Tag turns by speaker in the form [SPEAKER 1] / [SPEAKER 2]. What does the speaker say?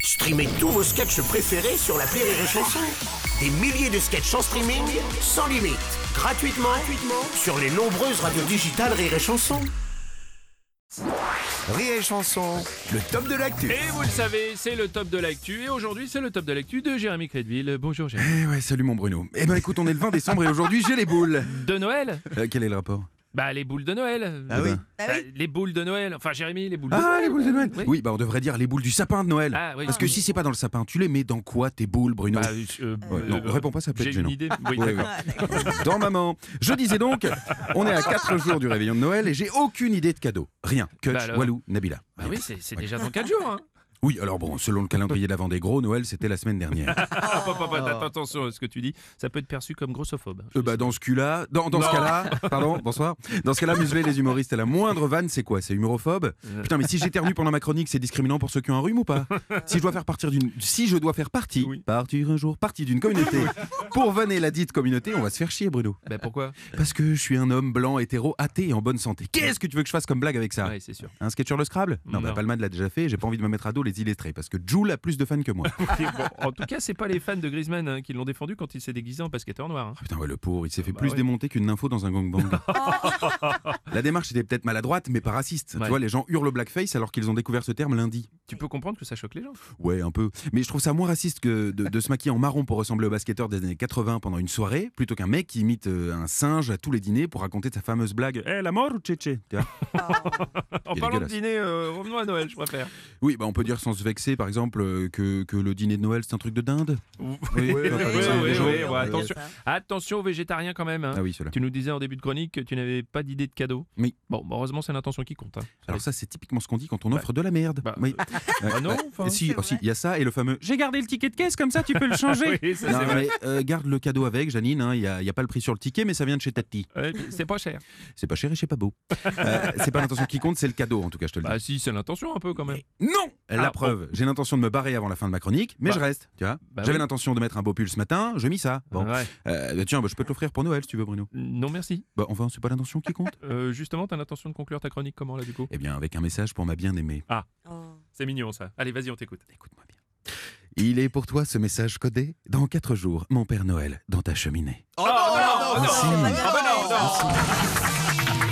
[SPEAKER 1] Streamez tous vos sketchs préférés sur la Rire et Chanson. Des milliers de sketchs en streaming, sans limite, gratuitement, gratuitement sur les nombreuses radios digitales Rire et Chanson.
[SPEAKER 2] Rire et chanson, le top de l'actu.
[SPEAKER 3] Et vous le savez, c'est le top de l'actu. Et aujourd'hui, c'est le top de l'actu de Jérémy Crédville. Bonjour Jérémy.
[SPEAKER 2] Eh ouais, salut mon Bruno. Eh ben écoute, on est le 20 décembre et aujourd'hui j'ai les boules.
[SPEAKER 3] De Noël
[SPEAKER 2] Euh, quel est le rapport
[SPEAKER 3] Bah, les boules de Noël.
[SPEAKER 2] Ah oui.
[SPEAKER 3] Bah, les boules de Noël. Enfin, Jérémy, les boules de
[SPEAKER 2] Ah,
[SPEAKER 3] Noël.
[SPEAKER 2] les boules de Noël
[SPEAKER 3] Oui.
[SPEAKER 2] oui. bah on devrait dire les boules du sapin de Noël.
[SPEAKER 3] Ah, oui.
[SPEAKER 2] Parce que si c'est pas dans le sapin, tu les mets dans quoi tes boules, Bruno
[SPEAKER 3] Bah, euh,
[SPEAKER 2] Ouais,
[SPEAKER 3] euh,
[SPEAKER 2] non, réponds pas, ça peut être
[SPEAKER 3] J'ai une
[SPEAKER 2] gênant.
[SPEAKER 3] idée. Oui,
[SPEAKER 2] Ouais,
[SPEAKER 3] d'accord.
[SPEAKER 2] ouais. Dans maman. Je disais donc, on est à 4 jours du réveillon de Noël et j'ai aucune idée de cadeau. Rien. Kutch,
[SPEAKER 3] Bah alors.
[SPEAKER 2] Walou, Nabila.
[SPEAKER 3] Bah oui, c'est c'est déjà dans 4 jours. Hein.
[SPEAKER 2] Oui, alors bon, selon le calendrier de la Vendée Gros, Noël c'était la semaine dernière.
[SPEAKER 3] Ah, papa, papa, attention à ce que tu dis. Ça peut être perçu comme grossophobe.
[SPEAKER 2] Euh, bah, dans ce cul-là, dans, dans ce
[SPEAKER 3] Non.
[SPEAKER 2] cas-là, pardon, bonsoir. Dans ce cas-là, museler les humoristes à la moindre vanne, c'est quoi C'est humorphobe
[SPEAKER 3] Euh.
[SPEAKER 2] Putain, mais si j'éternue pendant ma chronique, c'est discriminant pour ceux qui ont un rhume ou pas Si je dois faire partir d'une, si je dois faire partie,
[SPEAKER 3] Oui.
[SPEAKER 2] partir un jour, partie d'une communauté, pour vanner la dite communauté, on va se faire chier, Bruno.
[SPEAKER 3] Bah pourquoi
[SPEAKER 2] Parce que je suis un homme blanc, hétéro, athée et en bonne santé. Qu'est-ce que tu veux que je fasse comme blague avec ça
[SPEAKER 3] Ouais, c'est sûr.
[SPEAKER 2] Un sketch sur le Scrabble Non, bah
[SPEAKER 3] Non.
[SPEAKER 2] Palman l'a déjà fait. J'ai pas envie de me mettre à dos les illettrés parce que Jules a plus de fans que moi.
[SPEAKER 3] Et bon, en tout cas, c'est pas les fans de Griezmann hein, qui l'ont défendu quand il s'est déguisé en basketteur noir. hein.
[SPEAKER 2] Putain, ouais, le pauvre, il s'est fait
[SPEAKER 3] bah
[SPEAKER 2] plus
[SPEAKER 3] ouais.
[SPEAKER 2] démonter qu'une info dans un gangbang. La démarche était peut-être maladroite, mais pas raciste.
[SPEAKER 3] Ouais.
[SPEAKER 2] Tu vois, les gens hurlent blackface alors qu'ils ont découvert ce terme lundi.
[SPEAKER 3] Tu peux comprendre que ça choque les gens.
[SPEAKER 2] Ouais, un peu. Mais je trouve ça moins raciste que de, de se maquiller en marron pour ressembler au basketteur des années 80 pendant une soirée, plutôt qu'un mec qui imite euh, un singe à tous les dîners pour raconter sa fameuse blague Eh, la mort ou tchétché Tu vois
[SPEAKER 3] En
[SPEAKER 2] Il est
[SPEAKER 3] parlant de
[SPEAKER 2] dégueulasse.
[SPEAKER 3] dîner, euh, revenons à Noël, je préfère.
[SPEAKER 2] Oui, bah on peut dire sans se vexer, par exemple, euh, que, que le dîner de Noël, c'est un truc de dinde.
[SPEAKER 3] Oui,
[SPEAKER 2] Oui,
[SPEAKER 3] oui,
[SPEAKER 2] par
[SPEAKER 3] oui,
[SPEAKER 2] exemple,
[SPEAKER 3] oui,
[SPEAKER 2] des gens-
[SPEAKER 3] oui, ouais,
[SPEAKER 2] Ouais,
[SPEAKER 3] attention. Attention aux végétariens quand même. hein.
[SPEAKER 2] Ah oui, cela.
[SPEAKER 3] Tu nous disais en début de chronique que tu n'avais pas d'idée de cadeau.
[SPEAKER 2] Oui.
[SPEAKER 3] Bon, bah, heureusement, c'est l'intention qui compte. hein.
[SPEAKER 2] Alors ça, c'est typiquement ce qu'on dit quand on offre de la merde.
[SPEAKER 3] Bah,
[SPEAKER 2] oui.
[SPEAKER 3] Ah non, enfin.
[SPEAKER 2] si,
[SPEAKER 4] c'est
[SPEAKER 2] oh, si,
[SPEAKER 4] vrai.
[SPEAKER 2] il y a ça et le fameux J'ai gardé le ticket de caisse, comme ça tu peux le changer.
[SPEAKER 3] Oui, ça,
[SPEAKER 2] Non,
[SPEAKER 3] c'est vrai.
[SPEAKER 2] mais, euh, garde le cadeau avec, Janine. Il n'y a, y a pas le prix sur le ticket, mais ça vient de chez Tati.
[SPEAKER 3] Ouais, puis c'est pas cher.
[SPEAKER 2] C'est pas cher et c'est pas beau. Euh, c'est pas l'intention qui compte, c'est le cadeau, en tout cas, je te le dis.
[SPEAKER 3] Bah si, c'est l'intention un peu quand même.
[SPEAKER 2] non La
[SPEAKER 3] Ah,
[SPEAKER 2] preuve, j'ai l'intention de me barrer avant la fin de ma chronique, mais
[SPEAKER 3] Bah.
[SPEAKER 2] je reste. Tu vois
[SPEAKER 3] Bah
[SPEAKER 2] J'avais
[SPEAKER 3] oui.
[SPEAKER 2] l'intention de mettre un beau pull ce matin, je mis ça. Bon.
[SPEAKER 3] Ouais.
[SPEAKER 2] Euh, bah, tiens, bah, je peux te l'offrir pour Noël si tu veux, Bruno.
[SPEAKER 3] Non merci.
[SPEAKER 2] Bah, enfin, c'est pas l'intention qui compte.
[SPEAKER 3] Euh, justement, t'as l'intention de conclure ta chronique comment là du coup
[SPEAKER 2] Eh bien, avec un message pour ma bien-aimée.
[SPEAKER 3] C'est mignon ça. Allez, vas-y, on t'écoute.
[SPEAKER 2] Écoute-moi bien. Il est pour toi ce message codé dans quatre jours, mon Père Noël, dans ta cheminée.
[SPEAKER 3] Oh, non, non,
[SPEAKER 2] Ah, si.
[SPEAKER 3] non, non, non, non.